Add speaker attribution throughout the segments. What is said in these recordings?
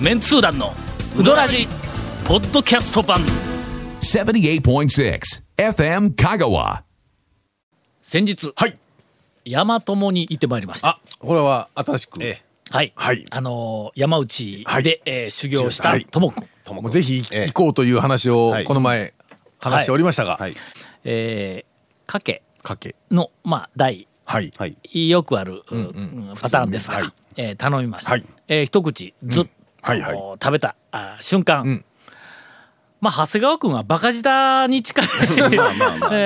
Speaker 1: メンツー団のウドラジポッドキャスト版
Speaker 2: 78.6 FM Kagawa.
Speaker 1: 先日
Speaker 3: はい。
Speaker 1: 山友に行ってまいりました
Speaker 3: あ、これは新しく。
Speaker 4: え
Speaker 1: はい、
Speaker 3: はい
Speaker 1: あのー山内で、
Speaker 3: はい
Speaker 1: えー修行し
Speaker 3: は
Speaker 1: た
Speaker 3: い
Speaker 1: ともくん、
Speaker 3: もうぜひ
Speaker 4: ええ
Speaker 3: 行こうという話を
Speaker 4: はい
Speaker 3: この前話しておりましたが、
Speaker 4: はい。
Speaker 1: えー、かけ
Speaker 3: かけ。
Speaker 1: のまあ代
Speaker 3: はい。
Speaker 4: はい。
Speaker 1: よくある、うんパターンですが、
Speaker 3: はい
Speaker 1: えー頼みました、
Speaker 3: はい
Speaker 1: えー一口ずっと、
Speaker 3: はいはい
Speaker 1: 食べたあー瞬間、
Speaker 3: ん
Speaker 1: まあ長谷川君はバカ舌に近い え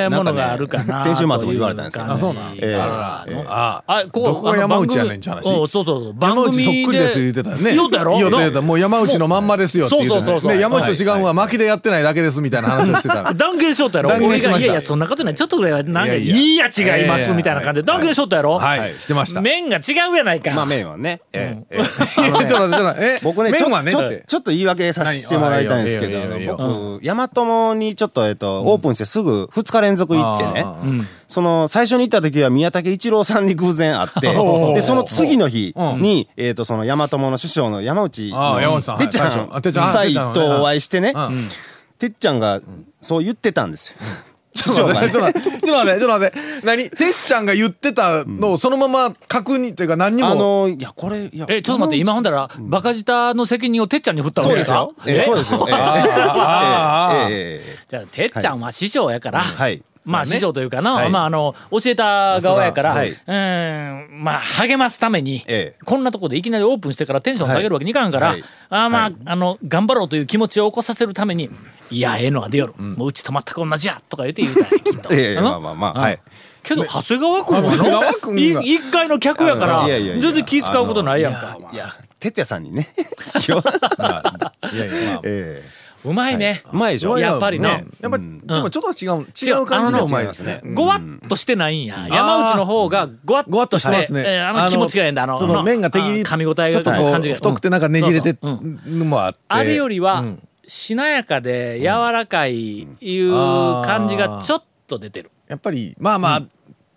Speaker 1: ーものがあるかな
Speaker 4: 先週末も言われたんですけどね
Speaker 1: という感
Speaker 4: あそうなん
Speaker 1: じが
Speaker 4: ええええ
Speaker 3: あ
Speaker 1: あこう
Speaker 3: どこが
Speaker 1: あの
Speaker 3: 山
Speaker 1: 番
Speaker 3: 内
Speaker 1: 組
Speaker 3: やねんちゅう話。
Speaker 1: おうそうそうそう番
Speaker 3: 山内
Speaker 1: 組
Speaker 3: そっくりです言ってたよね。
Speaker 1: 言うたやろ
Speaker 3: 言うた言うたもう山内のまんまですよって言
Speaker 1: そうそうそう
Speaker 3: た
Speaker 1: そう
Speaker 3: ね。で山内と違うのは負けでやってないだけですみたいな話 をしてたの。
Speaker 1: 断言しとったやろ
Speaker 3: 断言し
Speaker 1: 俺が
Speaker 3: ま
Speaker 1: い
Speaker 3: した
Speaker 1: やいやそんなことないちょっとぐらいはなんかい
Speaker 3: いやい
Speaker 1: いや違いま
Speaker 3: いやい
Speaker 1: す
Speaker 3: や
Speaker 1: みたいな感じで断言しとったやろ
Speaker 3: はい。してました。
Speaker 1: 面が違うやないか
Speaker 4: まあ麺はね。え えええ
Speaker 3: い やちょっと待ってちょっと待ってえ
Speaker 4: 僕ね、ちょ
Speaker 3: 麺はね
Speaker 4: ちょ
Speaker 3: って
Speaker 4: ちょっと言い訳させてもらいたいんですけど
Speaker 3: 何あいいよいいよいいよ、
Speaker 4: 僕、ヤマトモにちょっと、えっと、オープンしてすぐ2日連続行ってね
Speaker 3: あ、
Speaker 4: その、最初に行った時は宮武一郎さんに偶然会っ て、
Speaker 3: おう
Speaker 4: で、その次の日
Speaker 3: うん
Speaker 4: に、えっと、そのヤマトモの師匠の山内
Speaker 3: あー山内さんは
Speaker 4: の
Speaker 3: い
Speaker 4: てっち
Speaker 3: 最初
Speaker 4: ゃ
Speaker 3: あ
Speaker 4: ん、
Speaker 3: てっちゃん
Speaker 4: サ
Speaker 3: あて
Speaker 4: イ
Speaker 3: っちゃんのね
Speaker 4: とお会いしてね
Speaker 3: うんうん、
Speaker 4: てっちゃんがそう言ってたんですよ。師
Speaker 3: ちょ
Speaker 4: 匠
Speaker 3: っと
Speaker 4: が
Speaker 3: 待って、
Speaker 4: ね
Speaker 3: ちょっと待って、ちょっと待って、ちょっと待って、何てっちゃんが言ってたのをそのまま確認っていうか何に
Speaker 4: あ
Speaker 3: も。
Speaker 4: の、いや、これ、いや、
Speaker 1: えちょっと待って今ほんだらバカ舌の責任をてっちゃんに振ったわ
Speaker 4: そう
Speaker 1: け
Speaker 4: ですよ。ええ
Speaker 1: え
Speaker 4: そうですよ。ええ
Speaker 3: あーあーあー
Speaker 4: ええええええ
Speaker 1: じゃあてっちゃんは師匠やから、
Speaker 4: はい
Speaker 1: まあ師匠というかな、
Speaker 4: い
Speaker 1: まああの教えた側やから、
Speaker 4: そらはいう
Speaker 1: ーんまあ励ますために、
Speaker 4: ええ
Speaker 1: こんなとこでいきなりオープンしてからテンション下げるわけにいかんから、
Speaker 4: はい
Speaker 1: あーまあ、
Speaker 4: はい
Speaker 1: あの頑張ろうという気持ちを起こさせるために「いやええのが出よる、うもううちと全く同じや」とか言うて言う たんやきっと。
Speaker 4: ええ
Speaker 1: の
Speaker 4: まあまあまあはい
Speaker 1: けど長谷川君は
Speaker 3: 長谷川君が
Speaker 1: のい一回の客やから
Speaker 4: あのいやいやいや
Speaker 1: 全然気使うことないやんか。
Speaker 4: いや、哲也さんにね。今日
Speaker 3: いやいやまあ
Speaker 4: え
Speaker 1: うまいね。
Speaker 4: えうまいでしょ。
Speaker 1: やっぱりね
Speaker 3: やっぱ、でもちょっと違う、違う感じのうまいですね。
Speaker 1: ごわっとしてないんや。山内の方がごわっ
Speaker 3: ごわっ
Speaker 1: と
Speaker 3: と
Speaker 1: し、
Speaker 3: しててますね。
Speaker 1: えーあの気持ちがええんだ。あの、
Speaker 3: その麺が適
Speaker 1: あ
Speaker 3: 宜、
Speaker 1: 噛み応え
Speaker 3: ちょっと
Speaker 1: が
Speaker 3: こ
Speaker 1: 感じ
Speaker 3: う
Speaker 1: が
Speaker 3: 太くてなんかねじれて
Speaker 1: そうそううん
Speaker 3: のもあって。
Speaker 1: あれよりは、
Speaker 3: うん
Speaker 1: しなやかで柔らかいいう感じがちょっと出てる。
Speaker 3: やっぱり、まあまあ、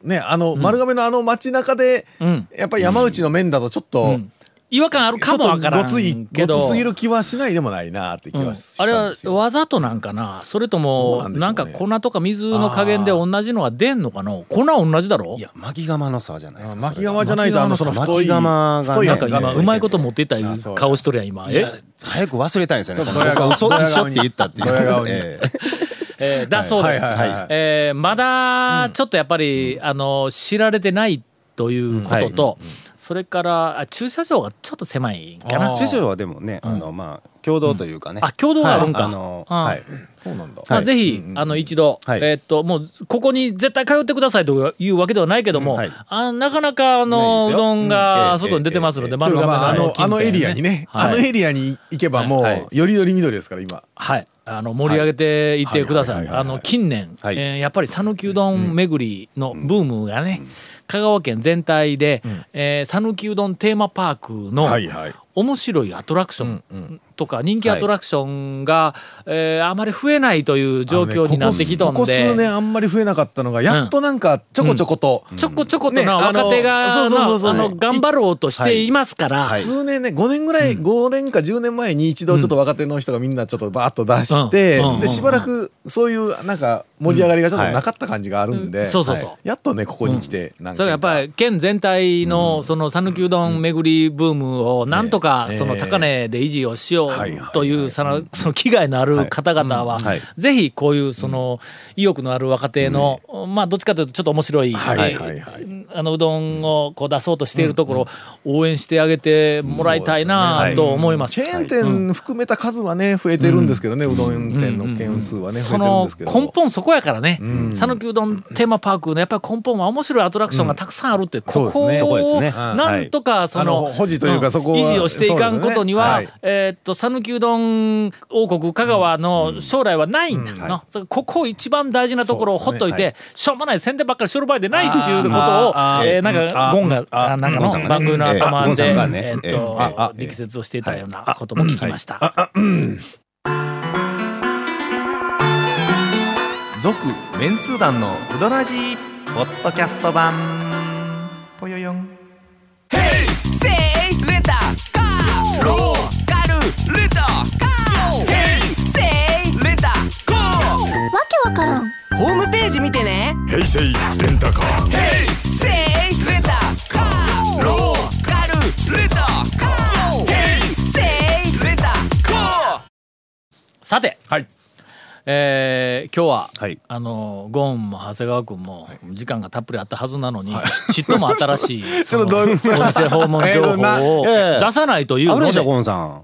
Speaker 3: ね、あの、丸亀のあの街中で
Speaker 1: ん、
Speaker 3: やっぱり山内の麺だとちょっと、
Speaker 1: 違和感ある
Speaker 3: ちょ
Speaker 1: か
Speaker 3: っ
Speaker 1: もわか
Speaker 3: と
Speaker 1: ら
Speaker 3: ご
Speaker 1: ん
Speaker 3: つい、
Speaker 1: け
Speaker 3: ご
Speaker 1: ど。
Speaker 3: つすぎる気はしないでもないなって気
Speaker 1: うん
Speaker 3: はし
Speaker 1: あれ
Speaker 3: たん
Speaker 1: は
Speaker 3: ですよ。
Speaker 1: わざとなんかなそれとも
Speaker 3: どうなんでしょうね
Speaker 1: なんか粉とか水の加減で同じのが出んのかな粉同じだろ
Speaker 4: いや、巻き釜のさじゃないですか。
Speaker 3: 巻き釜じゃないと、あの、その太
Speaker 4: 巻
Speaker 3: い、
Speaker 4: き釜が
Speaker 3: 太い
Speaker 1: な
Speaker 3: や
Speaker 1: ん
Speaker 3: つ
Speaker 1: か
Speaker 3: が
Speaker 1: 今
Speaker 3: ね
Speaker 1: うまいこと持っていったい
Speaker 3: あ
Speaker 1: う
Speaker 3: そうや
Speaker 1: 顔しとるやん今。
Speaker 4: それいや早く忘れたいんですよね。
Speaker 3: っとドヤ
Speaker 4: 僕
Speaker 3: 顔
Speaker 4: は嘘
Speaker 3: ドヤ
Speaker 4: 一
Speaker 3: 顔
Speaker 4: 緒っ
Speaker 3: に
Speaker 4: て言ったっていう。
Speaker 3: ドヤ顔に
Speaker 4: ええ
Speaker 1: えーだそうです。
Speaker 3: はいはいはいはい
Speaker 1: えーまだちょっとやっぱり、あの知られてないということと、それからあ駐車場がちょっと狭いかな。
Speaker 3: あー
Speaker 4: 師匠はでもね、あの、まあ、共同というかね。
Speaker 1: あ共同があるんか
Speaker 4: はいあの、
Speaker 1: あー
Speaker 4: はい。
Speaker 3: そうなん
Speaker 1: ま
Speaker 3: だ。
Speaker 1: あ、
Speaker 4: はい
Speaker 1: ぜひ、あの一度、
Speaker 4: はい
Speaker 1: えーっともうここに絶対通ってくださいというわけではないけども、
Speaker 4: うんはい
Speaker 1: あなかなかあ
Speaker 4: ないで
Speaker 1: の
Speaker 4: す
Speaker 1: う
Speaker 4: よ
Speaker 1: どん
Speaker 4: うんええ
Speaker 1: があそこに出てますので、
Speaker 4: ええ
Speaker 1: 丸
Speaker 3: という
Speaker 1: 亀
Speaker 3: かまああ
Speaker 1: の
Speaker 3: のあのエリアにね、
Speaker 1: はい
Speaker 3: あのエリアに行けばもう、
Speaker 4: はい
Speaker 3: よりより緑ですから今
Speaker 1: はい、あの盛り上げていってくださ
Speaker 3: はい
Speaker 1: い。
Speaker 3: はいはい
Speaker 1: あ
Speaker 3: はい
Speaker 1: の近年、
Speaker 4: はい
Speaker 1: えーやっぱり讃岐うどん巡りのブームがね、香川県全体でえー讃岐、うどんテーマパークの
Speaker 3: はいはい
Speaker 1: 面白いアトラクションとか人気アトラクションが、えーあまり増えないという状況になってきとん
Speaker 3: ここ数
Speaker 1: で。
Speaker 3: 年あんまり増えなかったのがやっとなんかちょこちょこと、
Speaker 1: ちょこちょこと
Speaker 3: ね
Speaker 1: な
Speaker 3: あの
Speaker 1: 若手が
Speaker 3: そうそうそうそう
Speaker 1: なあの
Speaker 3: はい
Speaker 1: 頑張ろうとしていますから、
Speaker 3: 数年ね5年ぐらい、5年か10年前に一度ちょっと若手の人がみんなちょっとバーッと出して、
Speaker 1: うんうん
Speaker 3: でしばらくそういうなんか盛り上がりがちょっとなかった感じがあるんで、
Speaker 1: うんそうそうそう
Speaker 3: はいやっとねここに来てなん
Speaker 1: それはやっぱり県全体のその讃岐うどん巡りブームをなんとかその高値で維持をしよ
Speaker 3: はいは
Speaker 1: う
Speaker 3: い
Speaker 1: というそのその危害のある方々は
Speaker 4: はい
Speaker 1: ぜひこういうその意欲のある若手のまあどっちかというとちょっと面白い
Speaker 3: はいはいはいはい
Speaker 1: あのうどんをこう出そうとしているところを応援してあげてもらいたいなと思います
Speaker 3: チ。ェーン店含めた数はね増えてるんですけどね、うどん店の件数はね、増
Speaker 1: そ
Speaker 3: えてるん
Speaker 1: の
Speaker 3: ですけど
Speaker 1: 根本そこやからね讃岐うどんテーマパークのやっぱり根本は面白いアトラクションがたくさんあるって、ここ
Speaker 3: そうですねそ
Speaker 1: を
Speaker 3: こですね
Speaker 1: なんとかその,、
Speaker 3: あの保持というかそこは
Speaker 1: 維持をしていかんことには、
Speaker 3: そうですね
Speaker 1: えーっと讃岐うどん王国香川の将来はないんだ、なそれここを一番大事なところをほっといて、しょうもない宣伝ばっかりしょる場合でないっていうことを
Speaker 3: あー
Speaker 1: えーなんかゴンがあなんか
Speaker 4: ゴンさん
Speaker 1: の
Speaker 4: がね
Speaker 1: 番組の
Speaker 4: えーあ
Speaker 1: 頭
Speaker 4: ゴンさ
Speaker 1: で、
Speaker 4: んがね
Speaker 1: えーっ
Speaker 4: えーあ
Speaker 1: と力説をしていたようなことも聞きました。
Speaker 5: 続メンツー団のウドラジーポッドキャスト版ぽよよん
Speaker 6: セイレタカーローカルからん
Speaker 7: ホームページ見てね
Speaker 8: 平成レンタカー
Speaker 7: せいレタカーローカルレタカーへいせいレタカー
Speaker 1: さて、
Speaker 3: はい
Speaker 1: えー今日は、
Speaker 4: はい
Speaker 1: あのゴーンも長谷川君も時間がたっぷりあったはずなのに、ちっとも新し いそのお店訪問情報 を
Speaker 4: えーな
Speaker 1: 出さないという
Speaker 4: ある
Speaker 1: の
Speaker 4: でし
Speaker 1: で
Speaker 4: ょ、ゴンさん。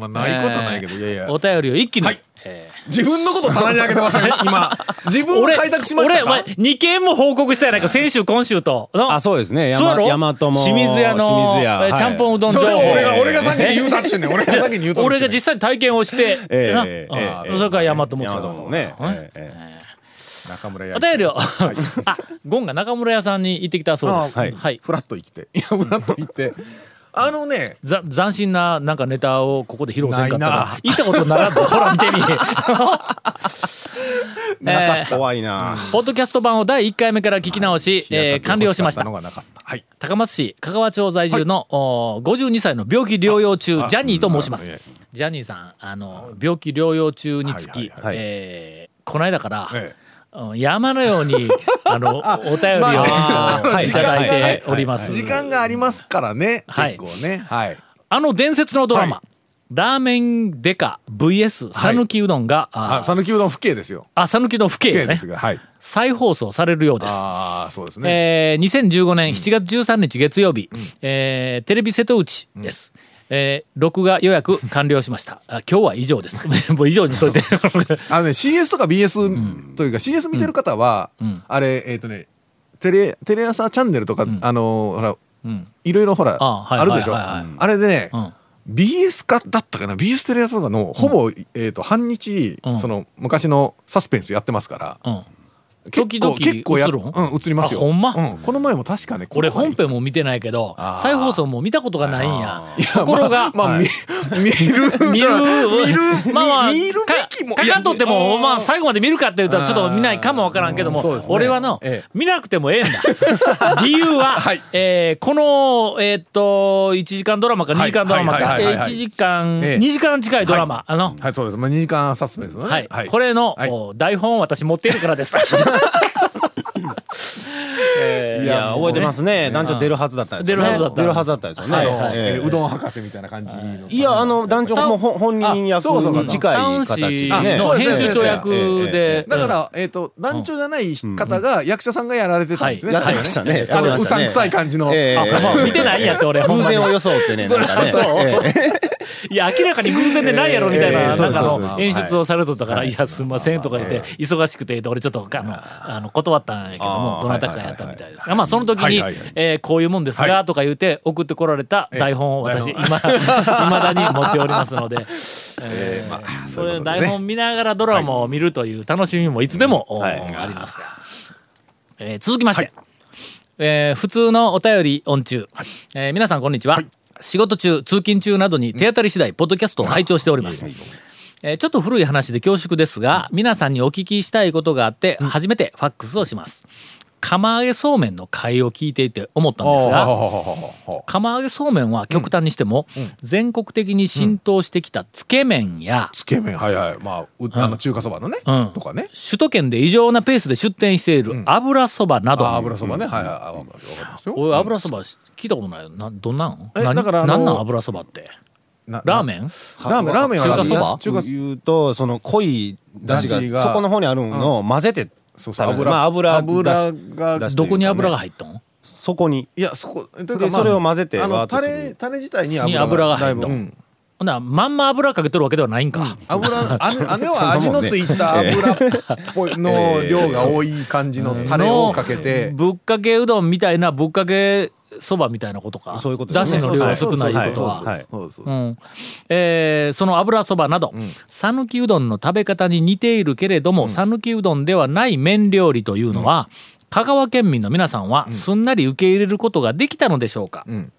Speaker 3: まあ、ないことはないけど、いやいや
Speaker 1: お便りを一気に、
Speaker 3: はい
Speaker 1: え
Speaker 3: 自分のこと棚に上げてません 今自
Speaker 1: ー
Speaker 3: 分を
Speaker 1: 俺
Speaker 3: 開拓しました
Speaker 1: 俺
Speaker 3: か
Speaker 1: お前2件も報告したやないか先週今週との
Speaker 4: あ、そうですね。
Speaker 1: そうや
Speaker 4: 山
Speaker 1: ろ
Speaker 4: 山友。
Speaker 1: 清水屋の
Speaker 4: 清水屋
Speaker 1: えーちゃんぽんうどん情
Speaker 3: そ
Speaker 1: 報
Speaker 3: れを俺が
Speaker 4: えー
Speaker 3: 俺が先に言うたっちゅう ねん俺が先に言うたっちゅうねん
Speaker 1: 俺が実際に体験をして、
Speaker 4: えー
Speaker 1: な
Speaker 4: え
Speaker 1: う
Speaker 4: ー
Speaker 1: ん
Speaker 4: えーえー
Speaker 1: それから大和もち
Speaker 4: 山
Speaker 1: ゃん
Speaker 4: 友ね。ええええ
Speaker 3: 中村
Speaker 1: お
Speaker 3: や
Speaker 1: 便りを、 あゴンが中村屋さんに行ってきたそうです。
Speaker 4: あ
Speaker 1: は、
Speaker 4: はいい
Speaker 3: フラッと行っていやフラッと行ってあのね
Speaker 1: ざ斬新ななんかネタをここで披露せんかった
Speaker 3: ない
Speaker 1: ら
Speaker 3: な
Speaker 1: 行ったことならずほら見てみ
Speaker 4: なか
Speaker 1: えー
Speaker 4: った怖いな。
Speaker 1: ポッドキャスト版を第1回目から聞き直し、えー完了しました
Speaker 3: のがなかったはい
Speaker 1: 高松市香川町在住の、お52歳の病気療養中ジャニーと申します
Speaker 3: ああいえい
Speaker 1: ジャニーさんあの病気療養中につき、
Speaker 3: はい
Speaker 4: はいはい
Speaker 1: えーこの間から、
Speaker 3: え
Speaker 1: うん山のよう にあのお便りを、、
Speaker 3: まあ
Speaker 4: はいい
Speaker 1: ただいております、
Speaker 3: 時間がありますからね、
Speaker 1: はい
Speaker 3: 結構ねはい
Speaker 1: あの伝説のドラマ、
Speaker 3: は
Speaker 1: ラーメンデカ VS
Speaker 3: は
Speaker 1: さ
Speaker 3: い
Speaker 1: ぬきうどんが、あ
Speaker 3: あ讃岐うどん不景ですよ
Speaker 1: あさぬきの府
Speaker 3: 不
Speaker 1: 警
Speaker 3: 景で
Speaker 1: ね
Speaker 3: すがはい
Speaker 1: 再放送されるようです。
Speaker 3: ああそうですね、
Speaker 1: えー2015年7月13日月曜日、えーテレビ瀬戸内です。えー録画予約完了しました。あ今日は以上 です。もう以上にしといて。
Speaker 3: あのね CS とか BS というか CS 見てる方は、あれえっ、とねテレテレ朝チャンネルとか、あのほら、いろいろほら
Speaker 1: あ
Speaker 3: あ,、
Speaker 1: はい
Speaker 3: るでしょ、
Speaker 1: はいはいはい
Speaker 3: あれでね、
Speaker 1: ん
Speaker 3: BS かだったかな BS テレ朝とかのほぼ、えー、と半日、
Speaker 1: うん
Speaker 3: その昔のサスペンスやってますから、
Speaker 1: うん
Speaker 3: 結構
Speaker 1: 時々
Speaker 3: 結構や
Speaker 1: 映
Speaker 3: っ
Speaker 1: る
Speaker 3: うんん映りますよ
Speaker 1: あほんま
Speaker 3: うん、この前も確かね
Speaker 1: 俺
Speaker 3: この
Speaker 1: 本
Speaker 3: 前
Speaker 1: 編も見てないけど
Speaker 3: あー
Speaker 1: 再放送も見たことがないんや
Speaker 3: いや
Speaker 1: ところが、
Speaker 3: まあ、まあみ 見る
Speaker 1: 見る
Speaker 3: 見る
Speaker 1: まあまあ
Speaker 3: 見見る
Speaker 1: か
Speaker 3: べきも
Speaker 1: か
Speaker 3: い
Speaker 1: か
Speaker 3: や
Speaker 1: んとっても
Speaker 3: うん
Speaker 1: まあ最後まで見るかって言ったらちょっと見ないかもわからんけども、
Speaker 3: うんそうですね
Speaker 1: 俺はの、
Speaker 3: ええ
Speaker 1: 見なくてもええん だ理由は、
Speaker 3: はい
Speaker 1: えーこのえーっと1時間ドラマか2時間ドラマか
Speaker 3: はいはいはいはいはい
Speaker 1: 1時間、
Speaker 3: ええ
Speaker 1: 2時間近いドラマ、あの、
Speaker 3: はいそうです、まあ、2時間サスペンスのね、
Speaker 1: はいこれの、
Speaker 3: はい
Speaker 1: お台本を私持っているからです。えー
Speaker 4: いや、覚えてますね。男女出るはずだったんですよね。
Speaker 1: 出るはずだった
Speaker 4: 出るはずだったんですよね。
Speaker 1: はいはい
Speaker 4: ええ
Speaker 3: えーうどん博士みたいな感じの、
Speaker 4: いや、あの、男女もほん本人役
Speaker 3: そうそうそう
Speaker 4: に 近
Speaker 1: タウ
Speaker 4: い
Speaker 1: ン
Speaker 4: 形
Speaker 1: 誌
Speaker 4: で
Speaker 1: の
Speaker 4: ね。
Speaker 3: そうです
Speaker 1: 編集長役
Speaker 4: ええええ
Speaker 1: で、
Speaker 3: だから、えっ、と団長じゃない方が役者さんがやられてたんですね、
Speaker 1: は
Speaker 4: や
Speaker 1: い
Speaker 4: ってました
Speaker 1: はい
Speaker 4: ね。
Speaker 1: やってま
Speaker 3: うさんくさい感じの、
Speaker 4: ええ
Speaker 1: あほんま見てないんやって俺ほん
Speaker 4: 偶
Speaker 1: まに
Speaker 4: 然を装ってね、なんかね。ええ
Speaker 1: いや明らかに偶然でないやろみたい
Speaker 4: え
Speaker 1: な
Speaker 4: え
Speaker 1: なんか
Speaker 4: そうそう
Speaker 1: の
Speaker 4: そう
Speaker 1: 演出をされとったから「いやすんません」とか言って忙しくて俺ちょっとあのあの断ったんやけども
Speaker 4: あー
Speaker 1: どなたかやったみたいですがまあその時
Speaker 3: は
Speaker 1: に
Speaker 3: いはいはい
Speaker 1: 「えーこういうもんです
Speaker 3: は
Speaker 1: が」とか言って送ってこられた台本を私
Speaker 3: え
Speaker 1: 今 未だに持っておりますのでえーそ
Speaker 3: そういう
Speaker 1: れ
Speaker 3: ことでね
Speaker 1: 台本見ながらドラマを見るという楽しみもいつでもお
Speaker 4: はい
Speaker 1: ありますがえー続きましてえー普通のお便り音中、えー皆さんこんにちは、仕事中通勤中などに手当たり次第ポッドキャストを拝聴しております、えーちょっと古い話で恐縮ですが皆さんにお聞きしたいことがあって初めてファックスをします釜揚げそうめんの会を聞いていて思ったんですが
Speaker 3: あ
Speaker 1: 釜揚げそうめんは極端にしても全国的に浸透してきたつけ麺や
Speaker 3: つけ麺はいはいまあうあの中華そばのね、
Speaker 1: ん
Speaker 3: とかね
Speaker 1: 首都圏で異常なペースで出店している油そばなど、
Speaker 3: あ油そばね、はいはいあわかりますよ
Speaker 1: 俺油そば聞いたことないよなどんなん
Speaker 3: え
Speaker 1: 何
Speaker 3: だからあの
Speaker 1: なんなん油そばって
Speaker 3: な
Speaker 1: ラー
Speaker 3: な
Speaker 1: メン
Speaker 3: ラーメンラーメンは
Speaker 1: 中華そば
Speaker 4: 安く言うとその濃い出汁
Speaker 3: 出汁
Speaker 4: が
Speaker 3: が
Speaker 4: そこの方にあるのを混ぜて
Speaker 3: そ
Speaker 4: 食
Speaker 3: うそう
Speaker 4: べる
Speaker 3: 油
Speaker 4: まあ油
Speaker 3: 油
Speaker 4: 出汁
Speaker 3: が
Speaker 4: 出汁
Speaker 1: ど
Speaker 4: というかね
Speaker 1: こに油が入っとん
Speaker 4: そこに
Speaker 3: いやそこという
Speaker 4: でそれを混ぜて
Speaker 3: あ
Speaker 4: わー
Speaker 3: の
Speaker 4: っと
Speaker 3: タ
Speaker 4: する
Speaker 3: レタレ自体に
Speaker 1: に
Speaker 3: 油
Speaker 1: 油が
Speaker 3: だ
Speaker 1: 入
Speaker 3: い
Speaker 1: っ
Speaker 3: ぶ
Speaker 1: と
Speaker 3: うん
Speaker 1: んほなまんま油かけとるわけではないんか
Speaker 3: 油あれあれは味のついた油っぽいの量が多い感じのタレをかけて
Speaker 1: ぶっかけうどんみたいなぶっかけそばみたいなことか
Speaker 4: そういうこと
Speaker 1: だ
Speaker 4: で
Speaker 1: し
Speaker 4: すね
Speaker 1: の量が少ない
Speaker 4: はい
Speaker 1: ことは
Speaker 4: はいはい
Speaker 3: そうそ
Speaker 1: う
Speaker 3: うそうん
Speaker 1: えーその油そばなど讃岐、うどんの食べ方に似ているけれども讃岐、うどんではない麺料理というのは、香川県民の皆さんはすんなり受け入れることができたのでしょうか、
Speaker 3: ん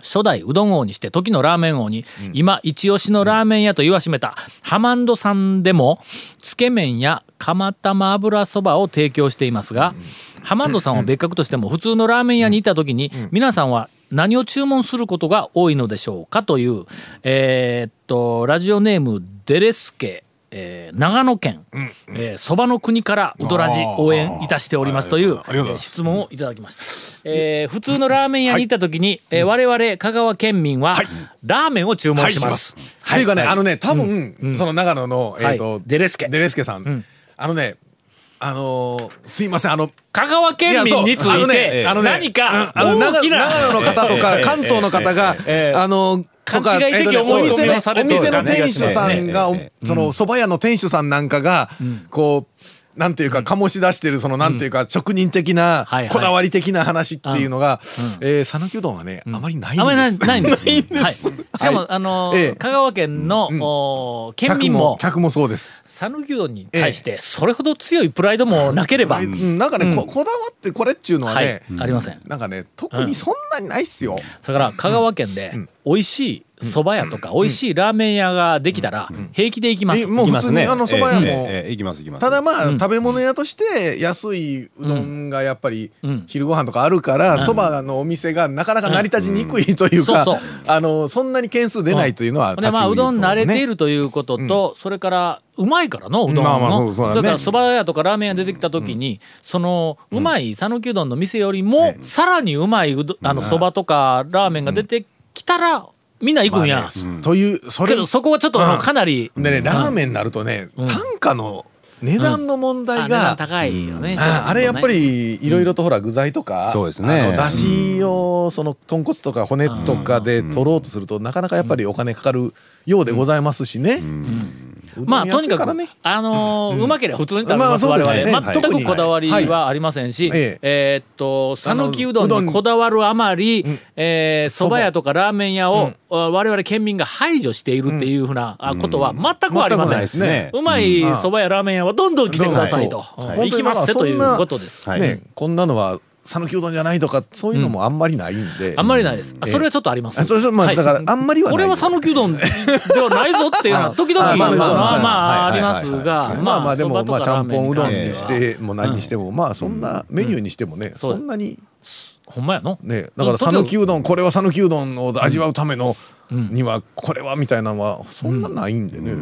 Speaker 1: 初代うどん王にして時のラーメン王に、今一押しのラーメン屋と言わしめたハマンドさんでもつけ麺や釜玉油そばを提供していますが、ハマンドさんは別格としても普通のラーメン屋にいた時に、皆さんは何を注文することが多いのでしょうかというえーっとラジオネームデレスケえー長野県えーそば、の国からウドラジ応援いたしておりますという
Speaker 3: ありがとうございます
Speaker 1: 質問をいただきました、えー普通のラーメン屋に行った時に、えー我々香川県民は、ラーメンを注文します、
Speaker 3: っていうかね、あのね、多分、その長野の、えっ、と、
Speaker 1: はいデレスケ
Speaker 3: デレスケさん。あのね、あのーすいません、あの、
Speaker 1: 香川県民につ
Speaker 3: やそうあの
Speaker 1: いて
Speaker 3: ねあのね
Speaker 1: 何か
Speaker 3: あの
Speaker 1: 大
Speaker 3: 長
Speaker 1: きな
Speaker 3: 長野の方とか関東の方が、
Speaker 1: ええ
Speaker 3: あのとか
Speaker 1: 勘違い的
Speaker 3: えっとね
Speaker 1: 思
Speaker 3: お
Speaker 1: い込
Speaker 3: 店
Speaker 1: み
Speaker 3: の
Speaker 1: をされ
Speaker 3: お
Speaker 1: てる
Speaker 3: 店の店主さんが、
Speaker 4: え
Speaker 3: おその蕎麦屋の店主さんなんかが、こうなんていうか醸し出してるそのなんていうか職人的な
Speaker 1: はいはい
Speaker 3: こだわり的な話っていうのがえー讃岐うどんはねあまりないんです。
Speaker 1: あまりないないんです
Speaker 3: ないんです
Speaker 1: はい、しかも、あのー
Speaker 3: ええ
Speaker 1: 香川県の、おー県民も
Speaker 3: 客も客もそうです。
Speaker 1: 讃岐うどんに対してそれほど強いプライドもなければ、
Speaker 3: えうんなんかねここだわってこれっちゅうのは
Speaker 1: はい
Speaker 3: ね、
Speaker 1: ありません
Speaker 3: なんかね特にそんなにないっすよ。
Speaker 1: だから香川県で美味しい蕎麦屋とか美味しいラーメン屋ができたら平気で行きます、
Speaker 3: えもう普通にあの蕎麦屋も
Speaker 4: ええええ行きます行きます。
Speaker 3: ただまあ、食べ物屋として安いうどんがやっぱり
Speaker 1: ん
Speaker 3: 昼ご飯とかあるからそば、のお店がなかなか成り立ちにくいというか、
Speaker 1: うんそうそう
Speaker 3: あのそんなに件数出ないというのは
Speaker 1: でまあうどん慣れてい
Speaker 3: る
Speaker 1: るということと、それからうまいからのうどんの、
Speaker 3: まあまあそうそう
Speaker 1: れ
Speaker 3: だね
Speaker 1: からそば屋とかラーメン屋出てきた時に、そのうまい讃岐うどんの店よりも、さらにうまいうどあのそばとかラーメンが出てきたら、みんな行くんや、
Speaker 3: というそれ
Speaker 1: けどそこはちょっとあのかなり、
Speaker 3: でねラーメンになるとね、単価の値段の問
Speaker 1: あ
Speaker 3: 題
Speaker 1: 値段
Speaker 3: が、
Speaker 1: 高いよね、ちょとね
Speaker 3: ああれやっぱりいろいろとほら具材とか、
Speaker 4: そうですね
Speaker 3: あのだしをその豚骨とか骨とかで取ろうとするとなかなかやっぱりお金かかるようでございますしね。うどん
Speaker 1: まあとにか
Speaker 3: 安いら
Speaker 1: く
Speaker 3: ね
Speaker 1: あのーうまければ普通に食べ
Speaker 3: ま
Speaker 1: ま
Speaker 3: あ
Speaker 1: す、
Speaker 3: そうです
Speaker 1: 我
Speaker 3: ね
Speaker 1: 々全
Speaker 3: はい
Speaker 1: くこだわり
Speaker 3: はい
Speaker 1: はありませんし、
Speaker 3: え
Speaker 1: えー
Speaker 3: え
Speaker 1: っと讃岐うど
Speaker 3: あのうんどん
Speaker 1: に
Speaker 3: に
Speaker 1: こだわるあまりえーそ
Speaker 3: そ
Speaker 1: ば
Speaker 3: ば
Speaker 1: 屋とかラーメン屋を、あ我々県民が排除しているっていうふうなあことは全くありません、
Speaker 3: 全くないですね
Speaker 1: うまいそばやラーメン屋はどんどん来てくださいと、
Speaker 3: どんどんそう
Speaker 1: うん行きますせということです。
Speaker 4: はい
Speaker 3: ね、こんなのは讃岐うどんじゃないとかそういうのもあんまりないんで、
Speaker 1: あんまりないです。あ
Speaker 3: ええ
Speaker 1: それはちょっとあります。
Speaker 3: あそれそれまあ
Speaker 1: はい
Speaker 3: だからあんまりはない
Speaker 1: これは讃岐うどんではないぞっていうのは時々
Speaker 3: あ
Speaker 1: まあまあまあまああ
Speaker 4: は
Speaker 1: り
Speaker 4: い
Speaker 1: ま
Speaker 4: はいはい
Speaker 1: すが、
Speaker 3: まあまあで
Speaker 1: そば
Speaker 3: も
Speaker 1: と
Speaker 3: ま
Speaker 1: か
Speaker 3: あちゃ
Speaker 1: ラー
Speaker 3: ん
Speaker 1: メン
Speaker 3: ぽんうどん
Speaker 1: 関
Speaker 3: に
Speaker 1: して
Speaker 3: し
Speaker 1: は
Speaker 3: ても何にしてもまあそんなメニューにしてもね
Speaker 1: そう
Speaker 3: そんなに
Speaker 1: ほんまやの。
Speaker 3: ねだから讃岐うどんこれは讃岐うどんを味わうためのにはこれはみたいなのはそんなないんでね。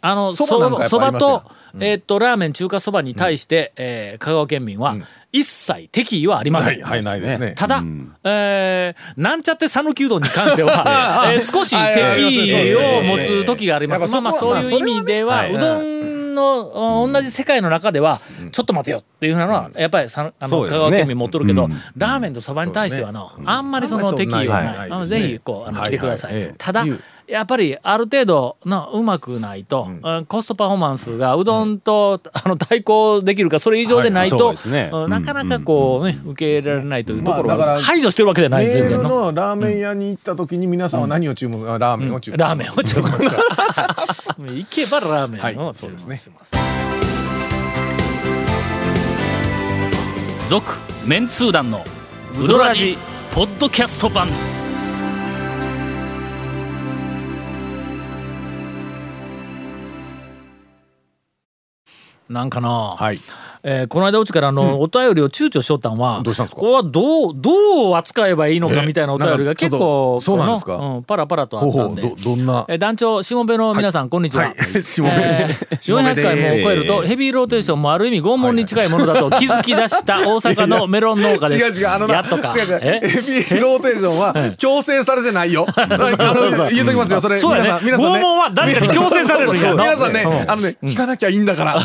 Speaker 1: あのそ
Speaker 3: そばなんか
Speaker 1: ば
Speaker 3: やっぱ
Speaker 1: そば
Speaker 3: ありますよ
Speaker 1: と,、えーっとラーメン中華そばに対して、えー香川県民は、一切敵意はありません。
Speaker 3: はいないですね。
Speaker 1: ただ、えーなんちゃって讃岐うどんに関しては、えー少し敵意を持つ時があります。まあまあそういう意味では、うどんのお同じ世界の中では、ちょっと待てよっていうふうなのはやっぱりさあの、
Speaker 4: そうで
Speaker 1: 香
Speaker 4: すね
Speaker 1: 川県民持っとるけど、ラーメンとそばに対してはの、あんまりその敵意はない
Speaker 3: あんまりそんなない
Speaker 1: あの
Speaker 3: ないですね
Speaker 1: ぜひこうあの
Speaker 3: はい
Speaker 1: 来てください、
Speaker 3: はいええ
Speaker 1: ただ
Speaker 3: いう
Speaker 1: やっぱりある程度のうまくないと、うんコストパフォーマンスがうどんと、あの対抗できるかそれ以上でないと、
Speaker 4: はいそうですね
Speaker 1: うんなかなかこうね、受け入れられないというところ
Speaker 3: まあだか
Speaker 1: は
Speaker 3: ら
Speaker 1: 排除してるわけじゃない
Speaker 3: メ
Speaker 1: です
Speaker 3: ー
Speaker 1: 全然
Speaker 3: ル
Speaker 1: の
Speaker 3: のラーメン屋に行った時に皆さんは何を注文するあラーメンを注文します
Speaker 1: ラーメンを注文する 行けばラーメンを注
Speaker 3: は
Speaker 1: 文
Speaker 3: いそうですね
Speaker 1: します続、メンツー団のウドラジポッドキャスト版なんかな、
Speaker 3: はい。
Speaker 1: えーこの間うちからあの、お便りを躊躇しとったんは
Speaker 3: どうしたんですか
Speaker 1: ここはどうどう扱えばいいのかみたいなお便り
Speaker 3: えな
Speaker 1: が
Speaker 3: んかちょ
Speaker 1: 結
Speaker 3: っと
Speaker 1: 構
Speaker 3: そうなんですか
Speaker 1: このうんパラパラとあ
Speaker 3: ほう
Speaker 1: った
Speaker 3: ほ
Speaker 1: ん
Speaker 3: う
Speaker 1: で
Speaker 3: どどんな
Speaker 1: えー団長しもべの皆さん、こんにちは。
Speaker 3: 下
Speaker 1: え
Speaker 3: 辺です
Speaker 1: ー400回も超えるとヘビーローテーションもある意味拷問に近いものだと気づき出した大阪のメロン農家です。
Speaker 3: 違う違う、あのな、
Speaker 1: やっとか。
Speaker 3: 違う違う、
Speaker 1: え
Speaker 3: エビローテーションは強制されてないよ。あの言うときますよ、それ。
Speaker 1: そうやね
Speaker 3: 皆さん、皆さん、ね。
Speaker 1: 拷問は誰かに強制されるんや
Speaker 3: そうそうそう
Speaker 1: な
Speaker 3: 皆さんね
Speaker 1: う、ん
Speaker 3: あのね、聞かなきゃいいん だから。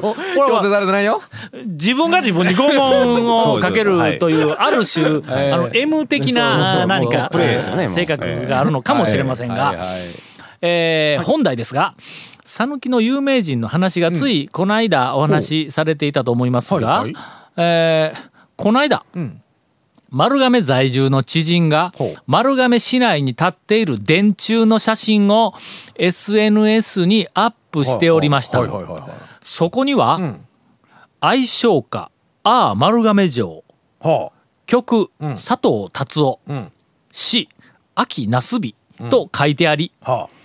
Speaker 3: ご
Speaker 1: は
Speaker 3: 強制されてないよ。
Speaker 1: 自分が自分に拷問をかけ
Speaker 4: そうですは
Speaker 1: る
Speaker 4: い
Speaker 1: というある種あの M 的な何か
Speaker 4: プレイですよねもう
Speaker 1: 性格があるのかもしれませんがえー本題ですが讃岐の有名人の話がついこの間お話しされていたと思いますが
Speaker 3: はいはい
Speaker 1: えーこの間丸亀在住の知人が
Speaker 3: ほう
Speaker 1: 丸亀市内に立っている電柱の写真を SNS にアップしておりました
Speaker 3: はい。はいはいはいはい。
Speaker 1: そこには、愛称歌「ああ丸亀城
Speaker 3: は」
Speaker 1: 曲、佐藤達夫、
Speaker 3: ん
Speaker 1: 詩秋なすびと書いてあり、
Speaker 3: あ。は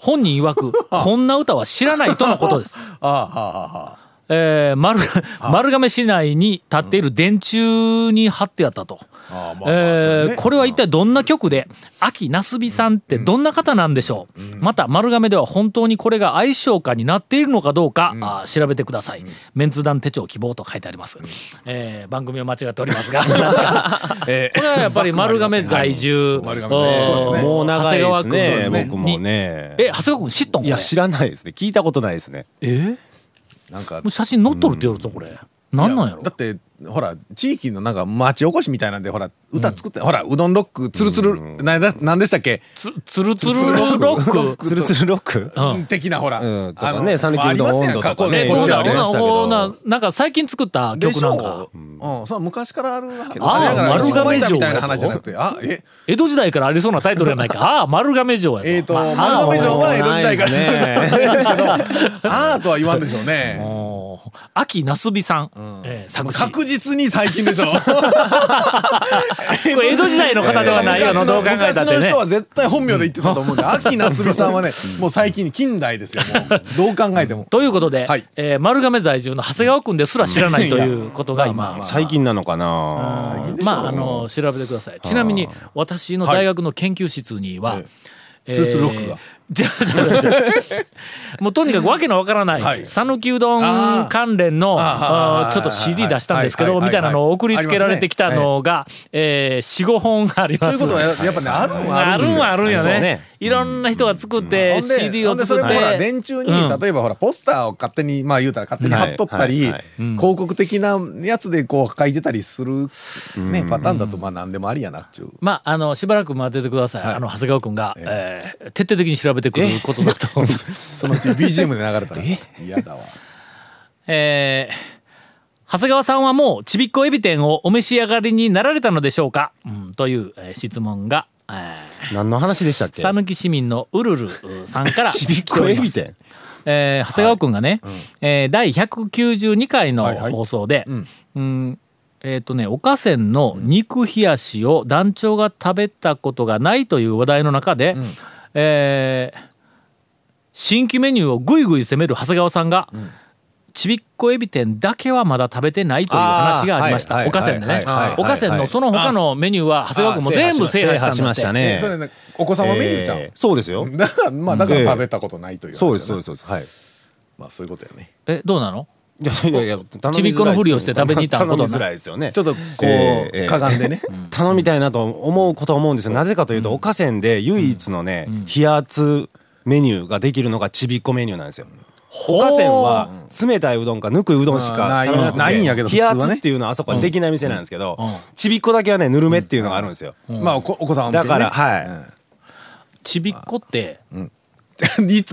Speaker 1: 本人曰くこんな歌は知らないとのことです。
Speaker 3: あ。ああはあはあはあ。
Speaker 1: えー丸丸亀市内に立っている電柱に貼ってあったと。
Speaker 3: ああまあまあ
Speaker 1: え
Speaker 3: そう
Speaker 1: ー
Speaker 3: ね
Speaker 1: これは一体どんな曲で秋なすびさんってどんな方なんでしょう、また丸亀では本当にこれが相性歌になっているのかどうか、あー調べてください、メンツ団手帳希望と書いてあります、えー番組を間違っておりますがなんか
Speaker 3: え
Speaker 1: これはやっぱり丸亀在住、
Speaker 3: はいそう丸亀ね
Speaker 1: そう
Speaker 3: そうですね
Speaker 4: もう長いです
Speaker 1: 長
Speaker 4: ね
Speaker 1: 谷川君
Speaker 4: 僕もね
Speaker 1: え長谷川君知っとんこ
Speaker 4: い
Speaker 1: れ
Speaker 4: や知らないですね聞いたことないですね
Speaker 1: えー
Speaker 3: ーなんか
Speaker 1: もう写真載っとるって言うとこれ、なんなんやろ
Speaker 3: だってほら地域のなんか町おこしみたいなんでほら歌作って、ほらうどんロックつるつるなななんでしたっけ
Speaker 1: つつるつるロック
Speaker 4: ツルツルロック
Speaker 1: うん
Speaker 3: 的なほら、
Speaker 4: うんとか
Speaker 3: あの
Speaker 4: ね讃岐うどん
Speaker 3: まあありますや
Speaker 4: 温度とか
Speaker 3: こう
Speaker 1: ね
Speaker 4: ね
Speaker 1: こ
Speaker 3: こ
Speaker 1: ん
Speaker 3: っち
Speaker 1: な
Speaker 3: あ
Speaker 1: ん
Speaker 3: り
Speaker 1: こん
Speaker 3: ま
Speaker 1: な
Speaker 3: し
Speaker 1: ん
Speaker 3: たけ
Speaker 1: こんな
Speaker 3: ど
Speaker 1: んなんか最近作った
Speaker 3: で
Speaker 1: 曲
Speaker 3: し
Speaker 1: な
Speaker 3: ょ
Speaker 1: んか
Speaker 3: う、うん、そう昔からある話
Speaker 1: ああ
Speaker 3: だから
Speaker 1: 丸
Speaker 3: 一
Speaker 1: 亀
Speaker 3: 番みたい
Speaker 1: 城
Speaker 3: な
Speaker 1: やぞ
Speaker 3: 話じゃなくてあえ
Speaker 1: 江戸時代からありそうなタイトルやないか ああ丸亀城やぞ
Speaker 3: えーと、
Speaker 1: まあ
Speaker 3: 丸亀城は江戸時代から
Speaker 4: ない
Speaker 3: ですけど、あーとは言わんでしょうね。
Speaker 1: おー秋なすびさん、えー作詞
Speaker 3: 確実に最近 でしょ。
Speaker 1: これ江戸時代の方ではないよなどう考えた
Speaker 3: 昔
Speaker 1: って
Speaker 3: の昔の
Speaker 1: ね
Speaker 3: 人は絶対本名で言ってたと思う んで、秋夏美さんはね、もう最近近代ですよ。もうどう考えても。
Speaker 1: ということで、
Speaker 3: はい
Speaker 1: えー丸亀在住の長谷川君ですら知らないということが今、
Speaker 4: 最近なのかな
Speaker 1: まああの調べてくださいちなみに私の大学の研究室には、えー
Speaker 3: ツルツルロックが
Speaker 1: じゃあじゃあじゃあもうとにかくわけのわからな
Speaker 3: はいい
Speaker 1: 讃岐、うど
Speaker 3: あ
Speaker 1: ん
Speaker 3: ー
Speaker 1: 関連の
Speaker 3: あー
Speaker 1: あーちょっと CD 出したんですけ
Speaker 3: は
Speaker 1: ど
Speaker 3: いはい
Speaker 1: み
Speaker 3: はい
Speaker 1: たいなのを送りつけられてきたのが、えー、45本ありま
Speaker 3: とい
Speaker 1: す
Speaker 3: うことはややっぱね、あるんは
Speaker 1: あ
Speaker 3: あるん
Speaker 1: る
Speaker 3: で
Speaker 1: ん
Speaker 3: すよ。
Speaker 1: はあるんよね
Speaker 4: そうね
Speaker 1: いろんな人が作って、
Speaker 3: ほんで
Speaker 1: CD を
Speaker 3: ほんで
Speaker 1: 作っ
Speaker 3: それもほら
Speaker 1: て
Speaker 3: 電柱
Speaker 1: うん
Speaker 3: に例えばほらポスターを勝手にまあ言うたら勝手に貼っとったり
Speaker 4: はいはい
Speaker 3: 広告的なやつでこう書いてたりするねパターンだとまあ何でもありやなっちゅう
Speaker 1: まあ、あのしばらく待っててください、あの長谷川君が、えー徹底的に調べてくることだと思う
Speaker 3: そのうち BGM で流れたら嫌だわ
Speaker 1: えー長谷川さんはもうちびっこエビ天をお召し上がりになられたのでしょうか、うん、という、えー質問がえー
Speaker 4: 何の話でしたっけ
Speaker 1: 讃岐、市民のうるるうさんから
Speaker 4: ちびっこエビ天
Speaker 1: えー長谷川君がね、えー第192回の放送で、うんえっ、とねおかせんの肉冷やしを団長が食べたことがないという話題の中で、えー新規メニューをぐいぐい攻める長谷川さんが、ちびっこエビ天だけはまだ食べてないという話がありました
Speaker 4: あーはい
Speaker 1: おかせんで
Speaker 4: は
Speaker 1: ね
Speaker 4: いはいはい
Speaker 1: おかせんのその他のメニューは長谷川君も全部制覇したんだって
Speaker 4: ね
Speaker 3: それねお子様メニューちゃん
Speaker 4: えーそうですよ
Speaker 3: だから まあだから食べたことないという話だ
Speaker 4: そ
Speaker 3: な
Speaker 4: うですそうですそうですはい
Speaker 3: まあそういうことやね
Speaker 1: えどうなの
Speaker 4: いやいやいや頼みづらいですよ
Speaker 1: ちびっこのふりをして食べに行ったことな
Speaker 4: 頼みづらいですよね
Speaker 3: ちょっとこ
Speaker 4: えーえ
Speaker 3: う
Speaker 4: ー
Speaker 3: かがんでね
Speaker 4: 頼みたいなと思うことは思うんですよなぜかというとおかせんで唯一のね冷圧メニューができるのがちびっこメニューなんですよおかせんは冷たいうどんかぬくいうどんし
Speaker 3: ま
Speaker 4: か
Speaker 3: あ
Speaker 4: 食べなくて
Speaker 3: ないないんやけど
Speaker 4: 冷
Speaker 3: 普通は
Speaker 4: 圧
Speaker 3: ね
Speaker 4: っていうのはあそこはできない店なんですけどちびっこだけはねぬるめっていうのがあるんですよ
Speaker 3: まあお子お子様向
Speaker 4: だ
Speaker 3: けね
Speaker 4: からはい
Speaker 1: ちびっこって、
Speaker 3: いつい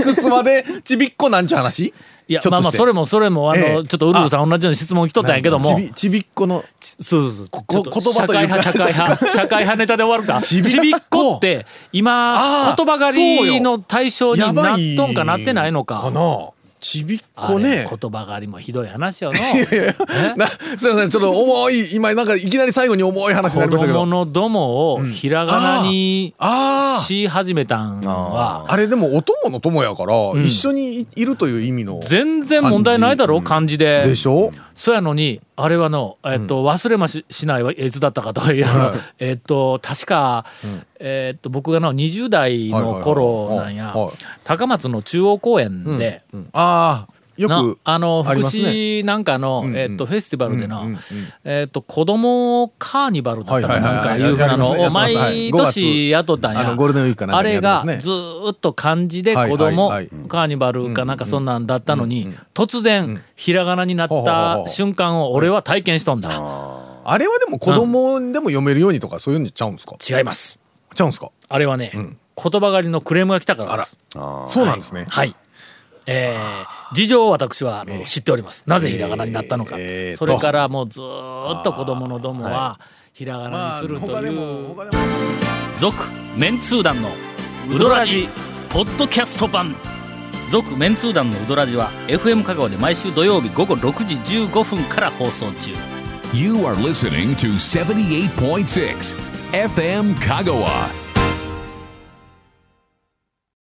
Speaker 3: くつまでちびっこなんちゅう話
Speaker 1: いや
Speaker 3: ひょっ
Speaker 1: まあ
Speaker 3: と
Speaker 1: ま
Speaker 3: し
Speaker 1: あ
Speaker 3: て
Speaker 1: それもそれもあの、
Speaker 3: ええ
Speaker 1: ちょっとウルフさん同じような質問来とったんやけども
Speaker 3: ちびちびっこの
Speaker 1: そうそうそう。ちょっと
Speaker 3: 言葉というか
Speaker 1: 社会派、社会 派、社会派ネタで終わるか。ち
Speaker 3: ちび
Speaker 1: び
Speaker 3: っこ
Speaker 1: っこって、今
Speaker 3: あ、ー
Speaker 1: 言葉
Speaker 3: そう
Speaker 1: 狩り
Speaker 3: よ
Speaker 1: の対象にな
Speaker 3: や
Speaker 1: っ
Speaker 3: ばい
Speaker 1: とんかなってないのか。
Speaker 3: なちびっ
Speaker 1: あ
Speaker 3: こ
Speaker 1: れ
Speaker 3: ね
Speaker 1: 言葉狩りもひどい話よの。
Speaker 3: な すいませんちょっと重い今なんかいきなり最後に重い話にな
Speaker 1: 子
Speaker 3: りましたけ
Speaker 1: 供
Speaker 3: ど
Speaker 1: のどもをひらがなに
Speaker 3: あー
Speaker 1: し始めたんは、
Speaker 3: あれでもお供の友やから一緒にいいるという意味の
Speaker 1: 全然問題ないだろ、漢字で。
Speaker 3: でしょ
Speaker 1: そやのにあれはの、えっと忘れまししないはいつだったかという、えっと確か、えっと僕がの20代の頃なんや
Speaker 3: はいはいはいはい
Speaker 1: 高松の中央公園で、
Speaker 3: ああよ
Speaker 1: な
Speaker 3: く
Speaker 1: あの
Speaker 3: あ
Speaker 1: 福
Speaker 3: りますね
Speaker 1: 祉なんかの、
Speaker 3: ん
Speaker 1: えっとフェスティバルでの、
Speaker 3: うんうんうん
Speaker 1: えっと子供カーニバルだったか
Speaker 3: はいは
Speaker 1: な
Speaker 3: い
Speaker 1: ん
Speaker 3: はい
Speaker 1: か
Speaker 3: はい
Speaker 1: いうふうなの
Speaker 3: やりますね
Speaker 1: を毎
Speaker 3: やってますはい
Speaker 1: 年雇ったんや
Speaker 3: あのゴールデンウィークかなん
Speaker 1: あ
Speaker 3: かに
Speaker 1: れ
Speaker 3: やりま
Speaker 1: が
Speaker 3: すね
Speaker 1: ずーっと漢字で子供
Speaker 3: はいはいはい
Speaker 1: カーニバルかなんかそんなんだったのに突然ひらがなになっ
Speaker 3: ほうほうほう
Speaker 1: た
Speaker 3: ほう
Speaker 1: 瞬間を俺は体験しとんだ
Speaker 3: あれはでも子供でも読めるようにとかそういうのちゃうんですか
Speaker 1: 違います
Speaker 3: ちゃうんですか
Speaker 1: あれはね言葉狩りのクレームが来たからです
Speaker 3: そうなんですね
Speaker 1: はい。えー事情を私はあの知っております。なぜひらがなになったのか。
Speaker 3: えー
Speaker 1: それからもうずーっと子供のどもはひらが
Speaker 3: ま
Speaker 1: な
Speaker 3: あ
Speaker 1: にすると
Speaker 3: 他で
Speaker 1: い
Speaker 3: も
Speaker 1: う。
Speaker 3: 他でも
Speaker 1: 続、メンツー団のウドラジポッドキャスト版。続メンツー団のウドラジは FM 香川で毎週土曜日午後6時15分から放送中。
Speaker 2: You are listening to 78.6 FM Kagawa.